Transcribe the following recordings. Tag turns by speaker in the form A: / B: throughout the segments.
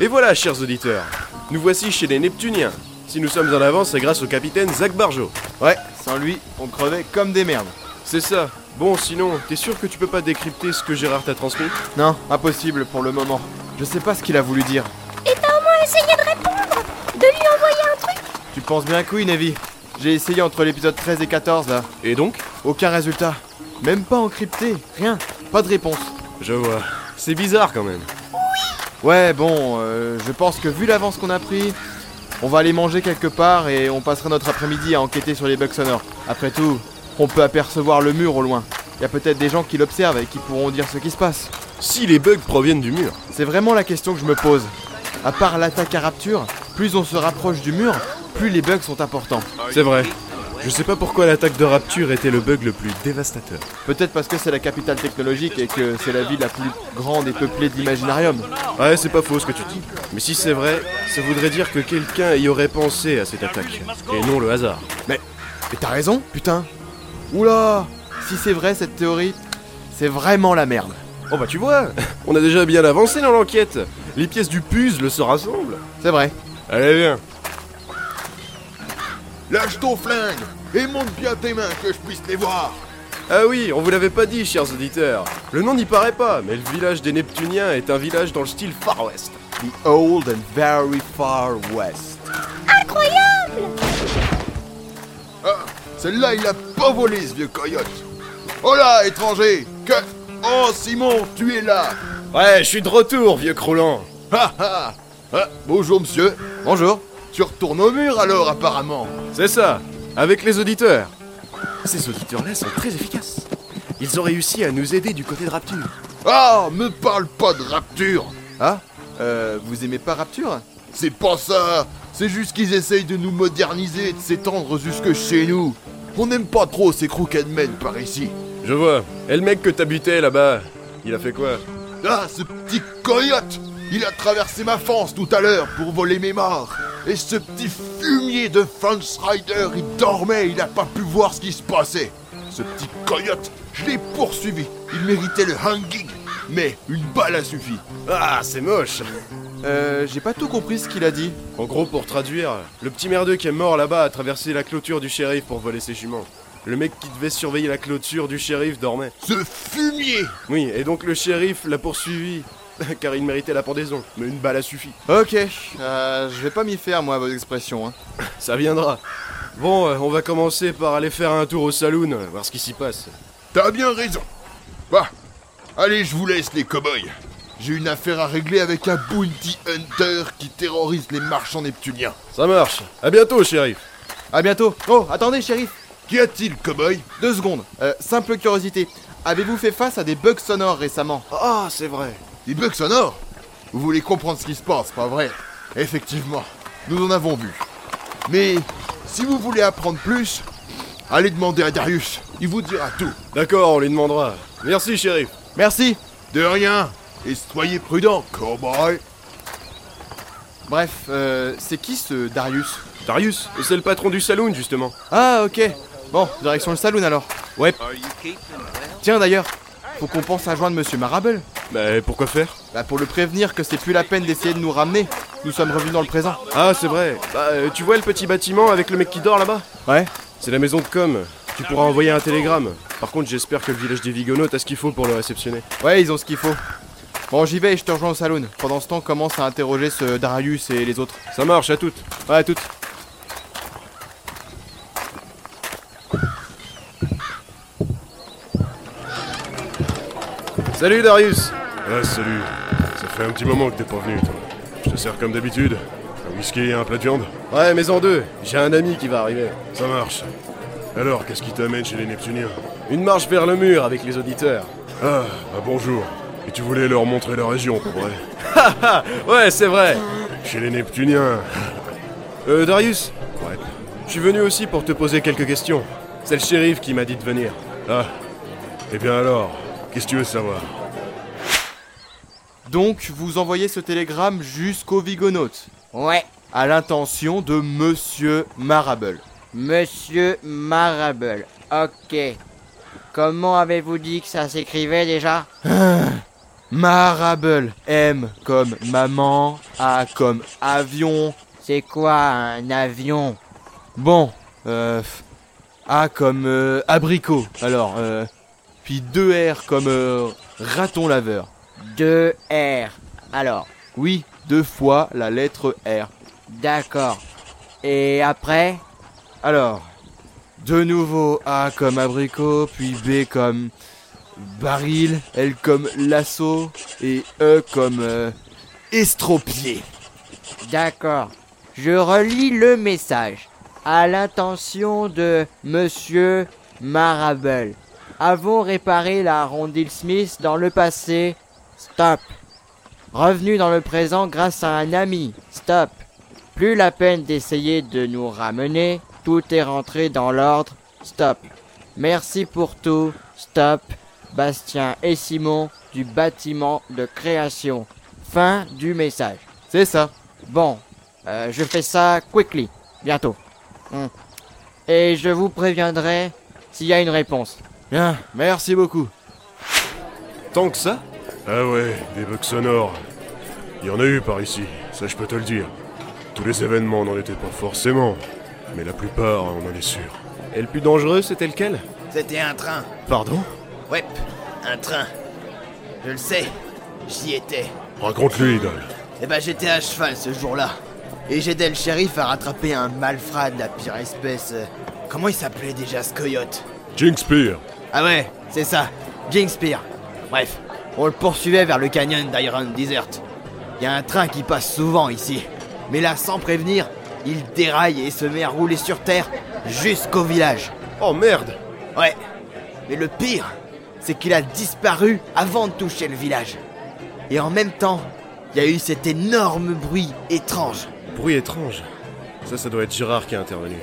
A: Et voilà, chers auditeurs, nous voici chez les Neptuniens. Si nous sommes en avance, c'est grâce au capitaine Zach Barjo.
B: Ouais, sans lui, on crevait comme des merdes.
A: C'est ça. Bon, sinon, t'es sûr que tu peux pas décrypter ce que Gérard t'a transmis
B: Non, impossible pour le moment. Je sais pas ce qu'il a voulu dire.
C: Et t'as au moins essayé de répondre De lui envoyer un truc
B: Tu penses bien que oui, Nevi J'ai essayé entre l'épisode 13 et 14 là.
A: Et donc
B: Aucun résultat. Même pas encrypté, rien. Pas de réponse.
A: Je vois. C'est bizarre quand même.
B: Ouais, bon, euh, je pense que vu l'avance qu'on a pris, on va aller manger quelque part et on passera notre après-midi à enquêter sur les bugs sonores. Après tout, on peut apercevoir le mur au loin. Il y a peut-être des gens qui l'observent et qui pourront dire ce qui se passe.
A: Si les bugs proviennent du mur.
B: C'est vraiment la question que je me pose. À part l'attaque à rapture, plus on se rapproche du mur, plus les bugs sont importants.
A: C'est vrai. Je sais pas pourquoi l'attaque de Rapture était le bug le plus dévastateur.
B: Peut-être parce que c'est la capitale technologique et que c'est la ville la plus grande et peuplée de l'imaginarium.
A: Ah Ouais, c'est pas faux ce que tu dis. Mais si c'est vrai, ça voudrait dire que quelqu'un y aurait pensé à cette attaque. Et non le hasard.
B: Mais t'as raison, putain Oula Si c'est vrai cette théorie, c'est vraiment la merde.
A: Oh bah tu vois, on a déjà bien avancé dans l'enquête. Les pièces du puzzle se rassemblent.
B: C'est vrai.
A: Allez viens.
D: Lâche ton flingue et monte bien tes mains que je puisse les voir.
A: Ah oui, on vous l'avait pas dit, chers auditeurs. Le nom n'y paraît pas, mais le village des Neptuniens est un village dans le style Far West.
B: The old and very far west.
D: Ah, celle-là, il a pas volé, ce vieux coyote. Oh là, étranger Que... Oh, Simon, tu es là
A: Ouais, je suis de retour, vieux croulant.
D: Ha ha Ah, Bonjour, monsieur.
B: Bonjour.
D: Tu retournes au mur, alors, apparemment.
A: C'est ça, avec les auditeurs. Ces auditeurs-là sont très efficaces. Ils ont réussi à nous aider du côté de Rapture.
D: Ah, me parle pas de rapture
B: Ah euh, Vous aimez pas Rapture
D: C'est pas ça C'est juste qu'ils essayent de nous moderniser et de s'étendre jusque chez nous. On n'aime pas trop ces crooked men par ici.
A: Je vois. Et le mec que t'habitais là-bas, il a fait quoi
D: Ah, ce petit coyote Il a traversé ma fence tout à l'heure pour voler mes morts. Et ce petit fumier de Franz Rider, il dormait, il n'a pas pu voir ce qui se passait. Ce petit coyote, je l'ai poursuivi. Il méritait le hanging. Mais une balle a suffi.
A: Ah, c'est moche
B: Euh, j'ai pas tout compris ce qu'il a dit.
A: En gros, pour traduire, le petit merdeux qui est mort là-bas a traversé la clôture du shérif pour voler ses juments. Le mec qui devait surveiller la clôture du shérif dormait.
D: Ce fumier
A: Oui, et donc le shérif l'a poursuivi, car il méritait la pendaison. Mais une balle a suffi.
B: Ok, euh, je vais pas m'y faire moi à vos expressions. Hein.
A: Ça viendra. Bon, euh, on va commencer par aller faire un tour au saloon, euh, voir ce qui s'y passe.
D: T'as bien raison. Bah, allez, je vous laisse les cow-boys. J'ai une affaire à régler avec un bounty hunter qui terrorise les marchands neptuniens.
A: Ça marche. À bientôt, shérif.
B: À bientôt. Oh, attendez, shérif,
D: Qu'y a-t-il, cow-boy
B: deux secondes. Euh, simple curiosité. Avez-vous fait face à des bugs sonores récemment
A: Ah, c'est vrai.
D: Des bugs sonores Vous voulez comprendre ce qui se passe, pas vrai Effectivement, nous en avons vu. Mais si vous voulez apprendre plus, allez demander à Darius. Il vous dira tout.
A: D'accord, on lui demandera. Merci, shérif.
B: Merci.
D: De rien. Et soyez prudent, cow-boy.
B: Bref, euh, c'est qui ce Darius
A: Darius, c'est le patron du saloon, justement.
B: Ah, ok. Bon, direction le saloon alors. Ouais. Tiens d'ailleurs, faut qu'on pense à joindre Monsieur Marable.
A: Mais pourquoi faire
B: Bah pour le prévenir que c'est plus la peine d'essayer de nous ramener. Nous sommes revenus dans le présent.
A: Ah, c'est vrai. Bah, euh, tu vois le petit bâtiment avec le mec qui dort là-bas
B: Ouais.
A: C'est la maison de com. Tu pourras envoyer un télégramme. Par contre, j'espère que le village des Vigonautes a ce qu'il faut pour le réceptionner.
B: Ouais, ils ont ce qu'il faut. Bon, j'y vais et je te rejoins au saloon. Pendant ce temps, commence à interroger ce Darius et les autres.
A: Ça marche, à toutes.
B: Ouais, à toutes.
A: Salut Darius Ah salut, ça fait un petit moment que t'es pas venu toi. Je te sers comme d'habitude, un whisky et un plat de viande. Ouais mais en deux, j'ai un ami qui va arriver. Ça marche.
E: Alors, qu'est-ce qui t'amène chez les Neptuniens
A: Une marche vers le mur avec les auditeurs.
E: Ah, bah bonjour. Et tu voulais leur montrer la région, pour vrai
A: Ah ouais c'est vrai
E: Chez les Neptuniens
A: Euh Darius,
E: Ouais.
A: je suis venu aussi pour te poser quelques questions. C'est le shérif qui m'a dit de venir.
E: Ah. Eh bien alors, qu'est-ce que tu veux savoir
B: Donc, vous envoyez ce télégramme jusqu'au Vigonaute.
F: Ouais,
B: À l'intention de Monsieur Marable.
F: Monsieur Marable. Ok. Comment avez-vous dit que ça s'écrivait déjà
B: Marable. M comme maman, A comme avion.
F: C'est quoi un avion
B: Bon, euh, f- A comme euh, abricot. Alors, euh, puis 2 R comme euh, raton laveur.
F: 2R. Alors,
B: Oui, deux fois la lettre R.
F: d'accord. Et après
B: Alors, de nouveau A comme abricot, puis B comme baril, L comme lasso et E comme euh, estropié.
F: D'accord. Je relis le message. À l'intention de Monsieur Marable. Avons réparé la rondelle Smith dans le passé. Stop. Revenu dans le présent grâce à un ami. Stop. Plus la peine d'essayer de nous ramener. Tout est rentré dans l'ordre. Stop. Merci pour tout. Stop. Bastien et Simon du bâtiment de création. Fin du message.
B: C'est ça.
F: Bon, euh, je fais ça quickly, bientôt. Hmm. Et je vous préviendrai s'il y a une réponse.
B: Bien, merci beaucoup.
A: Tant que ça Ah ouais, des bugs sonores. Il y en a eu par ici, ça je peux te le dire. Tous les événements n'en étaient pas forcément, mais la plupart, on en est sûr.
E: Et le plus dangereux, c'était lequel
G: C'était un train.
E: Pardon
G: Ouais, un train. Je le sais, j'y étais.
A: Raconte-lui, idole.
G: Eh ben j'étais à cheval ce jour-là. Et j'aidais le shérif à rattraper un malfrat de la pire espèce. euh, Comment il s'appelait déjà ce coyote
A: Jinx Spear.
G: Ah ouais, c'est ça, James Spear. Bref, on le poursuivait vers le canyon d'Iron Desert. Il y a un train qui passe souvent ici. Mais là, sans prévenir, il déraille et se met à rouler sur terre jusqu'au village.
E: Oh merde
G: Ouais, mais le pire, c'est qu'il a disparu avant de toucher le village. Et en même temps, il y a eu cet énorme bruit étrange.
E: Bruit étrange. Ça, ça doit être Gérard qui est intervenu.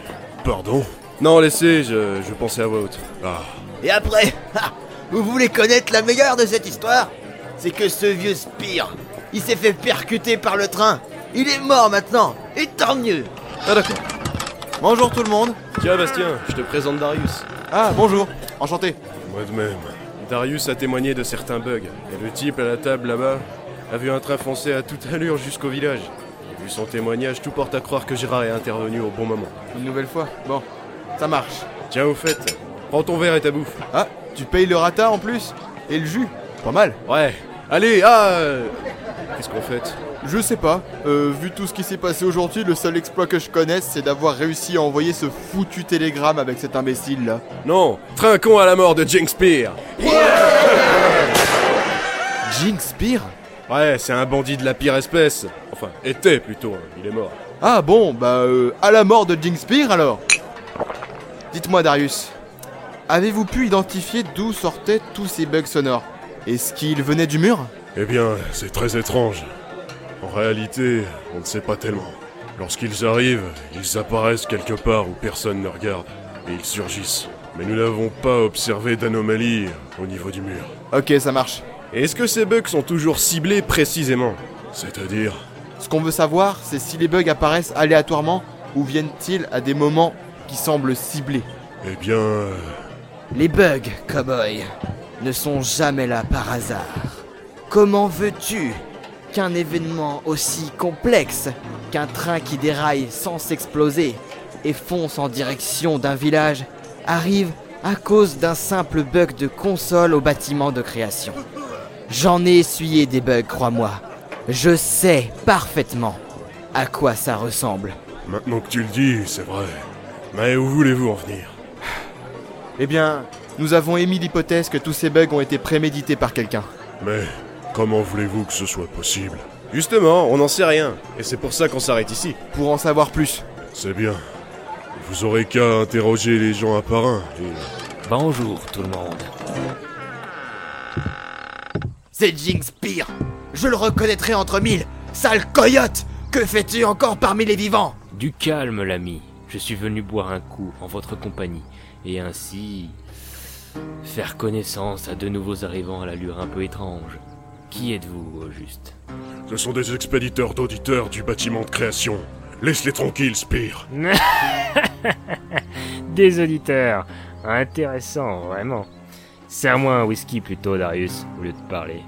A: Pardon
E: Non, laissez, je, je pensais à voix haute.
A: Ah,
G: Et après, ha, vous voulez connaître la meilleure de cette histoire C'est que ce vieux Spire, il s'est fait percuter par le train. Il est mort maintenant, et tant mieux.
E: Ah d'accord.
B: Bonjour tout le monde.
E: Tiens Bastien, je te présente Darius.
B: Ah, bonjour. Enchanté.
A: moi de même.
E: Darius a témoigné de certains bugs. Et le type à la table là-bas a vu un train foncer à toute allure jusqu'au village. Et vu son témoignage, tout porte à croire que Gérard est intervenu au bon moment.
B: Une nouvelle fois. Bon, ça marche.
E: Tiens, au fait, prends ton verre et ta bouffe.
B: Ah, tu payes le rata en plus Et le jus Pas mal.
E: Ouais. Allez, ah euh, Qu'est-ce qu'on fait
B: Je sais pas. Euh, vu tout ce qui s'est passé aujourd'hui, le seul exploit que je connaisse, c'est d'avoir réussi à envoyer ce foutu télégramme avec cet imbécile là.
E: Non Trinquons à la mort de Jinx Spear
B: Jinx Spear
E: Ouais, c'est un bandit de la pire espèce. Enfin, était plutôt, hein, il est mort.
B: Ah bon, bah euh, à la mort de Jinx Spear alors Dites-moi Darius, avez-vous pu identifier d'où sortaient tous ces bugs sonores Est-ce qu'ils venaient du mur
A: Eh bien, c'est très étrange. En réalité, on ne sait pas tellement. Lorsqu'ils arrivent, ils apparaissent quelque part où personne ne regarde, et ils surgissent. Mais nous n'avons pas observé d'anomalie au niveau du mur.
B: Ok, ça marche.
E: Et est-ce que ces bugs sont toujours ciblés précisément
A: C'est-à-dire,
B: Ce qu'on veut savoir, c'est si les bugs apparaissent aléatoirement ou viennent-ils à des moments qui semblent ciblés.
A: eh bien, euh,
F: Les bugs, cowboy, ne sont jamais là par hasard. Comment veux-tu qu'un événement aussi complexe qu'un train qui déraille sans s'exploser et fonce en direction d'un village arrive à cause d'un simple bug de console au bâtiment de création J'en ai essuyé des bugs, crois-moi. Je sais parfaitement à quoi ça ressemble.
A: maintenant que tu le dis, c'est vrai. Mais où voulez-vous en venir
B: Eh bien, nous avons émis l'hypothèse que tous ces bugs ont été prémédités par quelqu'un.
A: Mais comment voulez-vous que ce soit possible
E: Justement, on n'en sait rien. Et c'est pour ça qu'on s'arrête ici.
B: Pour en savoir plus.
A: C'est bien. Vous aurez qu'à interroger les gens un par un. et-
H: Bonjour tout le monde.
G: C'est Jinx Spear. Je le reconnaîtrai entre mille. Sale coyote Que fais-tu encore parmi les vivants
H: Du calme l'ami. Je suis venu boire un coup en votre compagnie et ainsi faire connaissance à de nouveaux arrivants à l'allure un peu étrange. Qui êtes-vous au juste
A: Ce sont des expéditeurs d'auditeurs du bâtiment de création. Laisse-les tranquilles, Spire.
H: Des auditeurs. Intéressant, vraiment. Serre-moi un whisky plutôt, Darius, au lieu de parler.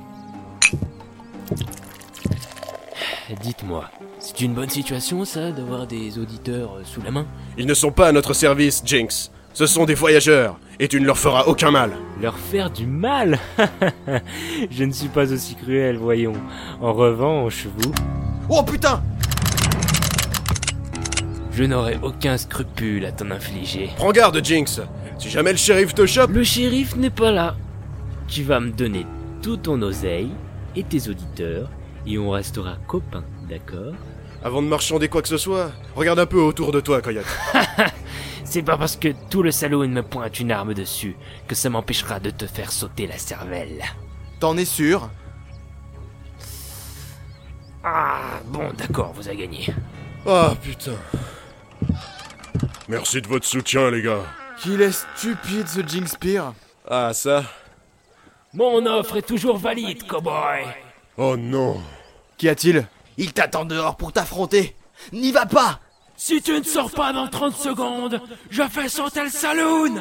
H: Dites-moi, c'est une bonne situation ça, d'avoir des auditeurs euh, sous la main
E: Ils ne sont pas à notre service, Jinx. Ce sont des voyageurs, et tu ne leur feras aucun mal.
H: Leur faire du mal Je ne suis pas aussi cruel, voyons. En revanche, vous,
B: Oh putain
H: je n'aurai aucun scrupule à t'en infliger.
E: Prends garde, Jinx. Si jamais le shérif te chope,
H: Le shérif n'est pas là. Tu vas me donner tout ton oseille et tes auditeurs, et on restera copains, d'accord
E: avant de marchander quoi que ce soit, regarde un peu autour de toi, Coyote.
H: C'est pas parce que tout le salaud il me pointe une arme dessus que ça m'empêchera de te faire sauter la cervelle.
B: T'en es sûr
H: Ah, bon, d'accord, vous avez gagné.
E: Ah putain.
A: Merci de votre soutien, les gars.
B: Qu'il est stupide ce Jinx Spear
E: Ah ça.
H: Mon offre est toujours valide, cowboy.
A: Oh non.
B: Qu'y a-t-il
G: Il t'attend dehors pour t'affronter. N'y va pas
H: Si tu ne sors pas dans 30 secondes, je fais sauter le saloon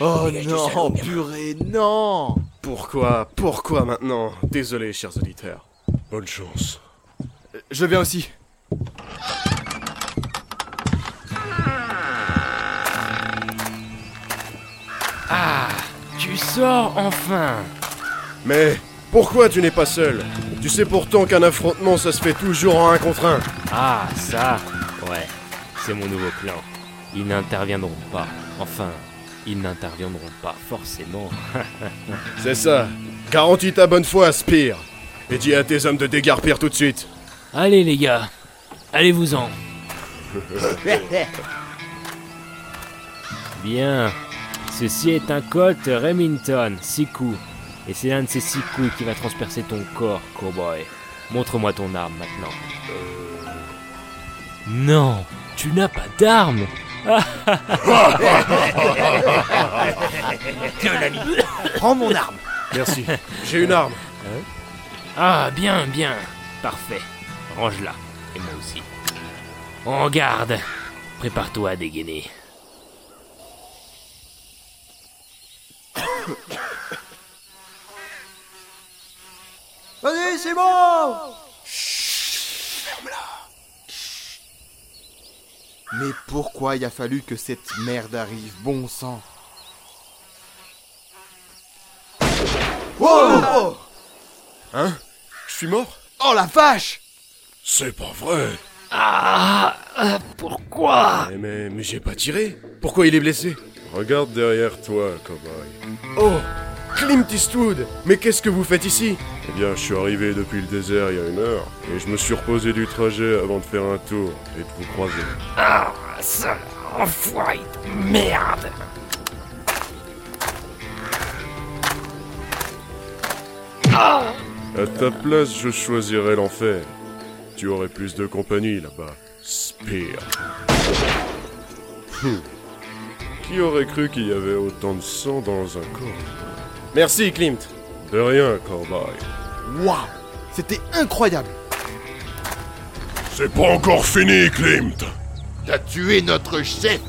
B: Oh non, purée, non
E: Pourquoi Pourquoi maintenant Désolé, chers auditeurs.
A: Bonne chance.
B: Je viens aussi.
H: Tu sors enfin
E: Mais pourquoi tu n'es pas seul Tu sais pourtant qu'un affrontement, ça se fait toujours en un contre un.
H: Ah, ça Ouais, c'est mon nouveau plan. Ils n'interviendront pas. Enfin, ils n'interviendront pas, forcément.
E: C'est ça. Garantis ta bonne foi, Spire. Et dis à tes hommes de dégarpir tout de suite.
H: Allez, les gars, allez-vous-en. Bien. Ceci est un Colt Remington, 6 coups. Et c'est l'un de ces 6 coups qui va transpercer ton corps, cowboy. Montre-moi ton arme maintenant. Euh, Non, tu n'as pas d'arme
G: Prends mon arme.
E: Merci. J'ai une arme.
H: Ah, bien, bien. Parfait. Range-la. Et moi aussi. On garde. Prépare-toi à dégainer.
G: Vas-y, c'est bon
B: Mais pourquoi il a fallu que cette merde arrive, bon sang
G: Oh
E: Je suis mort
G: Oh la vache
A: C'est pas vrai.
H: Ah, ah, pourquoi
E: Mais, Eh, mais, mais j'ai pas tiré. Pourquoi il est blessé
A: Regarde derrière toi, cowboy.
E: Oh Clint Eastwood Mais qu'est-ce que vous faites ici
A: Eh bien, je suis arrivé depuis le désert il y a une heure, et je me suis reposé du trajet avant de faire un tour et de vous croiser.
H: Ah, sale enfoiré de merde
A: À ta place, je choisirais l'enfer. Tu aurais plus de compagnie là-bas. Spear. Hum. Qui aurait cru qu'il y avait autant de sang dans un corps
E: Merci, Clint.
A: De rien, cowboy.
B: Waouh C'était incroyable
A: C'est pas encore fini, Klimt
D: T'as tué notre chef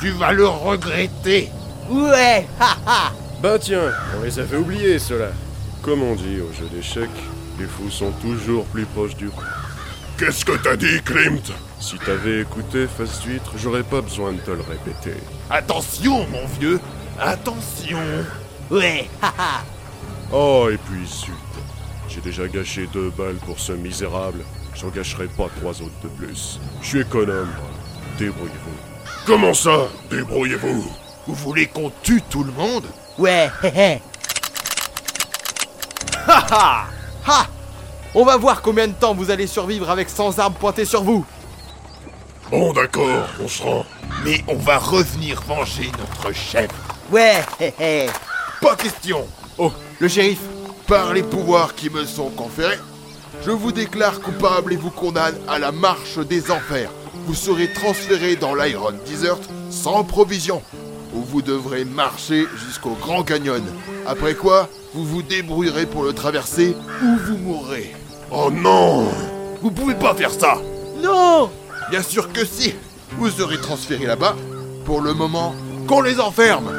D: Tu vas le regretter
G: Ouais
E: Bah tiens, on les avait oubliés, ceux-là.
A: Comme on dit au jeu d'échecs, les fous sont toujours plus proches du coup.
D: Qu'est-ce que t'as dit, Klimt
A: Si t'avais écouté face d'huître, j'aurais pas besoin de te le répéter.
D: Attention, mon vieux Attention
G: Ouais
A: Oh, et puis zut. J'ai déjà gâché deux balles pour ce misérable. J'en gâcherai pas trois autres de plus. Je suis économe. Débrouillez-vous.
D: Comment ça Débrouillez-vous Vous voulez qu'on tue tout le monde
G: Ouais
B: Ha On va voir combien de temps vous allez survivre avec 100 armes pointées sur vous
D: Bon, d'accord, on se rend. Mais on va revenir venger notre chef.
G: Ouais
D: Pas question
B: Le shérif
D: Par les pouvoirs qui me sont conférés, je vous déclare coupable et vous condamne à la marche des enfers. Vous serez transféré dans l'Iron Desert sans provision, où vous devrez marcher jusqu'au Grand Canyon. Après quoi, vous vous débrouillerez pour le traverser ou vous mourrez. Oh non Vous pouvez pas faire ça
G: Non
D: Bien sûr que si Vous serez transféré là-bas, pour le moment, qu'on les enferme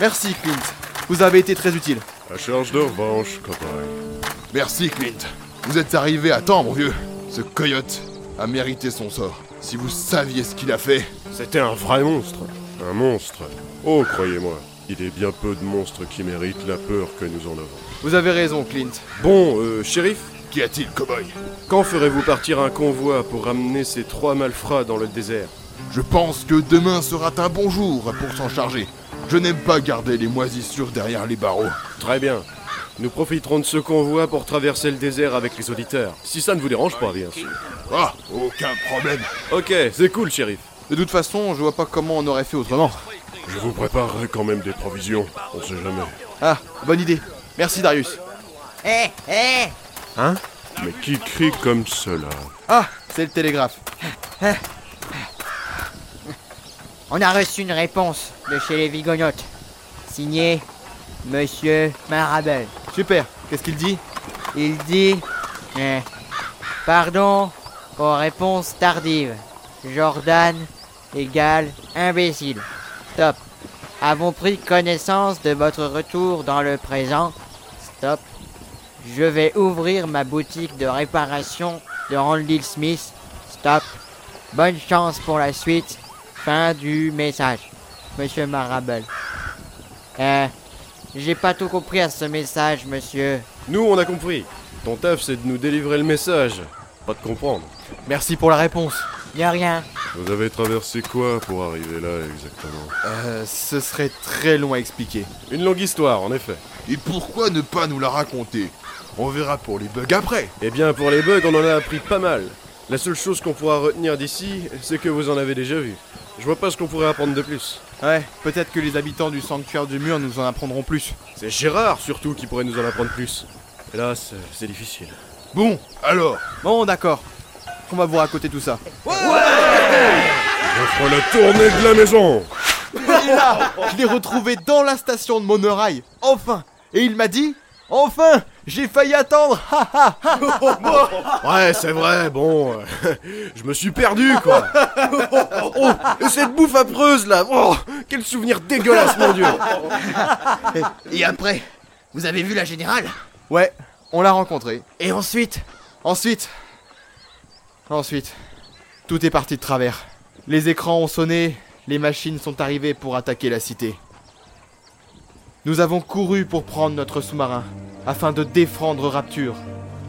B: Merci Clint, vous avez été très utile.
I: À charge de revanche, copain.
D: Merci, Clint. Vous êtes arrivé à temps, mon vieux. Ce coyote a mérité son sort. Si vous saviez ce qu'il a fait.
I: C'était un vrai monstre. Un monstre. Oh, croyez-moi, il est bien peu de monstres qui méritent la peur que nous en avons.
B: Vous avez raison, Clint.
A: Bon, euh, shérif,
D: Qu'y a-t-il, cowboy
A: quand ferez-vous partir un convoi pour ramener ces trois malfrats dans le désert
D: Je pense que demain sera un bon jour pour s'en charger. Je n'aime pas garder les moisissures derrière les barreaux.
A: Très bien. Nous profiterons de ce convoi pour traverser le désert avec les auditeurs. Si ça ne vous dérange pas, bien sûr.
D: Ah, aucun problème.
A: Ok, c'est cool, shérif.
B: De toute façon, je vois pas comment on aurait fait autrement.
I: Je vous préparerai quand même des provisions, on sait jamais.
B: Ah, bonne idée. Merci, Darius.
F: Hé, hé
B: eh,
I: Mais qui crie comme cela
B: Ah, c'est le télégraphe.
F: On a reçu une réponse de chez les Vigognottes. Signé Monsieur Marabel.
B: Super. Qu'est-ce qu'il dit
F: Il dit euh, Pardon pour réponse tardive. Jordan égale imbécile. Stop. Avons pris connaissance de votre retour dans le présent. Stop. Je vais ouvrir ma boutique de réparation de Randall Smith. Stop. Bonne chance pour la suite. Fin du message. Monsieur Marabel. Euh, j'ai pas tout compris à ce message, monsieur.
A: Nous, on a compris. Ton taf, c'est de nous délivrer le message. Pas de comprendre.
B: Merci pour la réponse.
F: Y a rien.
I: Vous avez traversé quoi pour arriver là exactement
B: Euh, ce serait très long à expliquer.
A: Une longue histoire, en effet.
D: Et pourquoi ne pas nous la raconter On verra pour les bugs après.
A: Eh bien, pour les bugs, on en a appris pas mal. La seule chose qu'on pourra retenir d'ici, c'est que vous en avez déjà vu. Je vois pas ce qu'on pourrait apprendre de plus.
B: Ouais, peut-être que les habitants du sanctuaire du mur nous en apprendront plus.
A: C'est Gérard, surtout, qui pourrait nous en apprendre plus. Hélas, c'est difficile.
D: Bon, alors,
B: Bon, d'accord. On va vous raconter tout ça.
I: On fera la tournée de la maison
B: Et là, je l'ai retrouvé dans la station de monorail. Enfin. Et il m'a dit, enfin, j'ai failli attendre. Ha, ha, ha.
A: Ouais, c'est vrai, bon. euh, je me suis perdu, quoi. Oh, et cette bouffe affreuse, là. Oh, quel souvenir dégueulasse, mon dieu.
G: Et après, vous avez vu la générale
B: Ouais, on l'a rencontré.
G: Et ensuite
B: Ensuite, ensuite, tout est parti de travers. Les écrans ont sonné, les machines sont arrivées pour attaquer la cité. Nous avons couru pour prendre notre sous-marin, afin de défendre Rapture.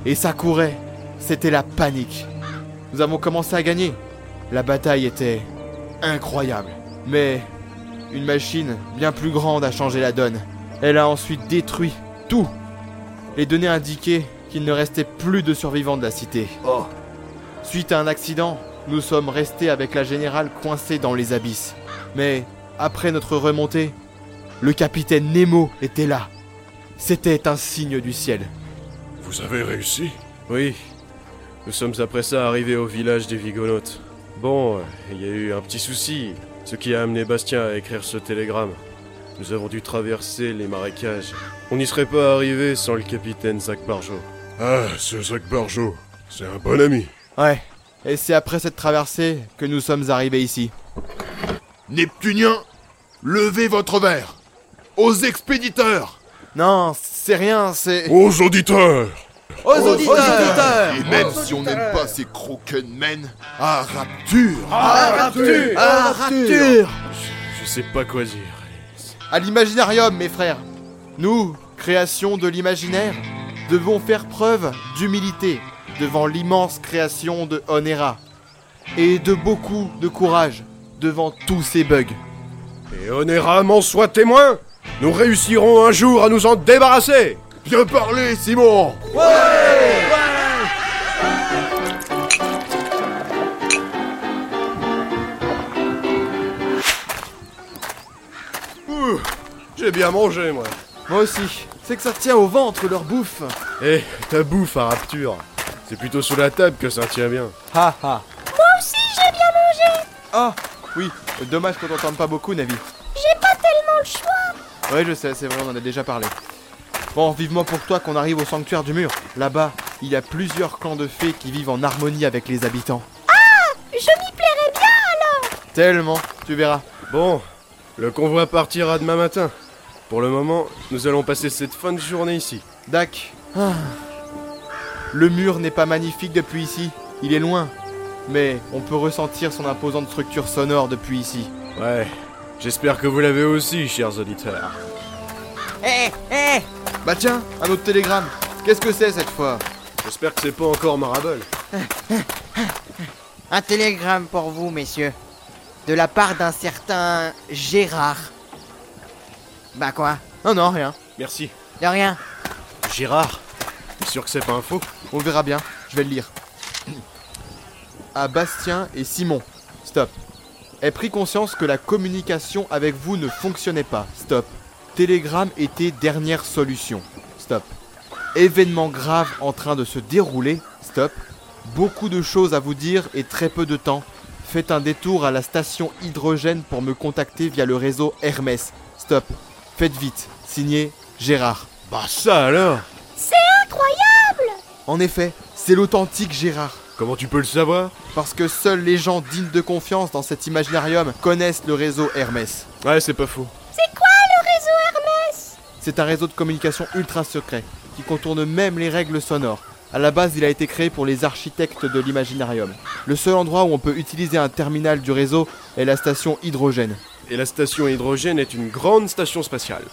B: Et ça courait, c'était la panique. Nous avons commencé à gagner. La bataille était incroyable. Mais une machine bien plus grande a changé la donne. Elle a ensuite détruit tout les données indiquaient qu'il ne restait plus de survivants de la cité.
G: Oh.
B: Suite à un accident, nous sommes restés avec la générale coincée dans les abysses. Mais après notre remontée, le capitaine Nemo était là. C'était un signe du ciel.
I: Vous avez réussi
A: Oui. Nous sommes après ça arrivés au village des Vigonotes. Bon, euh, il y a eu un petit souci, ce qui a amené Bastien à écrire ce télégramme. Nous avons dû traverser les marécages. On n'y serait pas arrivé sans le capitaine Zach Barjo.
I: Ah, ce Jacques Barjot, c'est un bon ami.
B: Ouais. Et c'est après cette traversée que nous sommes arrivés ici.
D: Neptunien, levez votre verre. Aux expéditeurs
B: Non, c'est rien, c'est...
I: Aux auditeurs
B: Aux auditeurs
D: Et même si on n'aime pas ces croquenmen, à rapture
B: Ah, rapture
A: Je sais pas quoi dire.
B: à l'imaginarium, mes frères. Nous, création de l'imaginaire, devons faire preuve d'humilité devant l'immense création de Onera et de beaucoup de courage devant tous ces bugs.
A: Et Oneram en soit témoin Nous réussirons un jour à nous en débarrasser
D: Bien parlé, Simon
A: Ouh, J'ai bien mangé, moi.
B: Moi aussi, c'est que ça tient au ventre leur bouffe.
A: Eh, ta bouffe à rapture. C'est plutôt sous la table que ça tient bien.
B: Ha ha.
J: Moi aussi, j'ai bien mangé.
B: Ah, oui, dommage qu'on t'entende pas beaucoup, Navi.
J: J'ai pas tellement le choix.
B: Ouais, je sais, c'est vrai, on en a déjà parlé. Bon, vivement pour toi qu'on arrive au sanctuaire du mur. Là-bas, il y a plusieurs clans de fées qui vivent en harmonie avec les habitants.
J: Ah, Je m'y plairais bien alors.
B: Tellement, tu verras.
A: Bon, le convoi partira demain matin. Pour le moment, nous allons passer cette fin de journée ici.
B: Dak. Ah. Le mur n'est pas magnifique depuis ici. Il est loin. Mais on peut ressentir son imposante structure sonore depuis ici.
A: Ouais. J'espère que vous l'avez aussi, chers auditeurs.
K: Eh, eh
B: Bah tiens, un autre télégramme. Qu'est-ce que c'est cette fois
A: J'espère que c'est pas encore Marable.
F: Un télégramme pour vous, messieurs. De la part d'un certain Gérard. Bah quoi
B: Non, non, rien.
A: Merci.
F: De rien.
A: Gérard T'es sûr que c'est pas un faux
B: On verra bien. Je vais le lire. À Bastien et Simon. Stop. Ai pris conscience que la communication avec vous ne fonctionnait pas. Stop. Telegram était dernière solution. Stop. Événement grave en train de se dérouler. Stop. Beaucoup de choses à vous dire et très peu de temps. Faites un détour à la station hydrogène pour me contacter via le réseau Hermès. Stop. Faites vite. Signé Gérard.
A: Bah ça alors
B: En effet, c'est l'authentique Gérard.
A: Comment tu peux le savoir
B: Parce que seuls les gens dignes de confiance dans cet imaginarium connaissent le réseau Hermès.
A: Ouais, c'est pas faux.
B: C'est un réseau de communication ultra secret qui contourne même les règles sonores. À la base, il a été créé pour les architectes de l'imaginarium. Le seul endroit où on peut utiliser un terminal du réseau est la station hydrogène.
A: Et la station hydrogène est une grande station spatiale.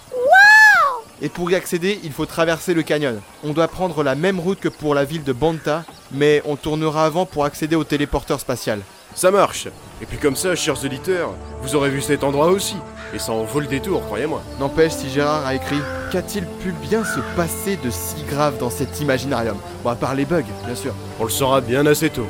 B: Et pour y accéder, il faut traverser le canyon. On doit prendre la même route que pour la ville de Banta, mais on tournera avant pour accéder au téléporteur spatial.
A: Ça marche Et puis comme ça, chers auditeurs, vous aurez vu cet endroit aussi. Et ça en vaut le détour, croyez-moi.
B: N'empêche, si Gérard a écrit Qu'a-t-il pu bien se passer de si grave dans cet imaginarium Bon, à part les bugs, bien sûr.
A: On le saura bien assez tôt.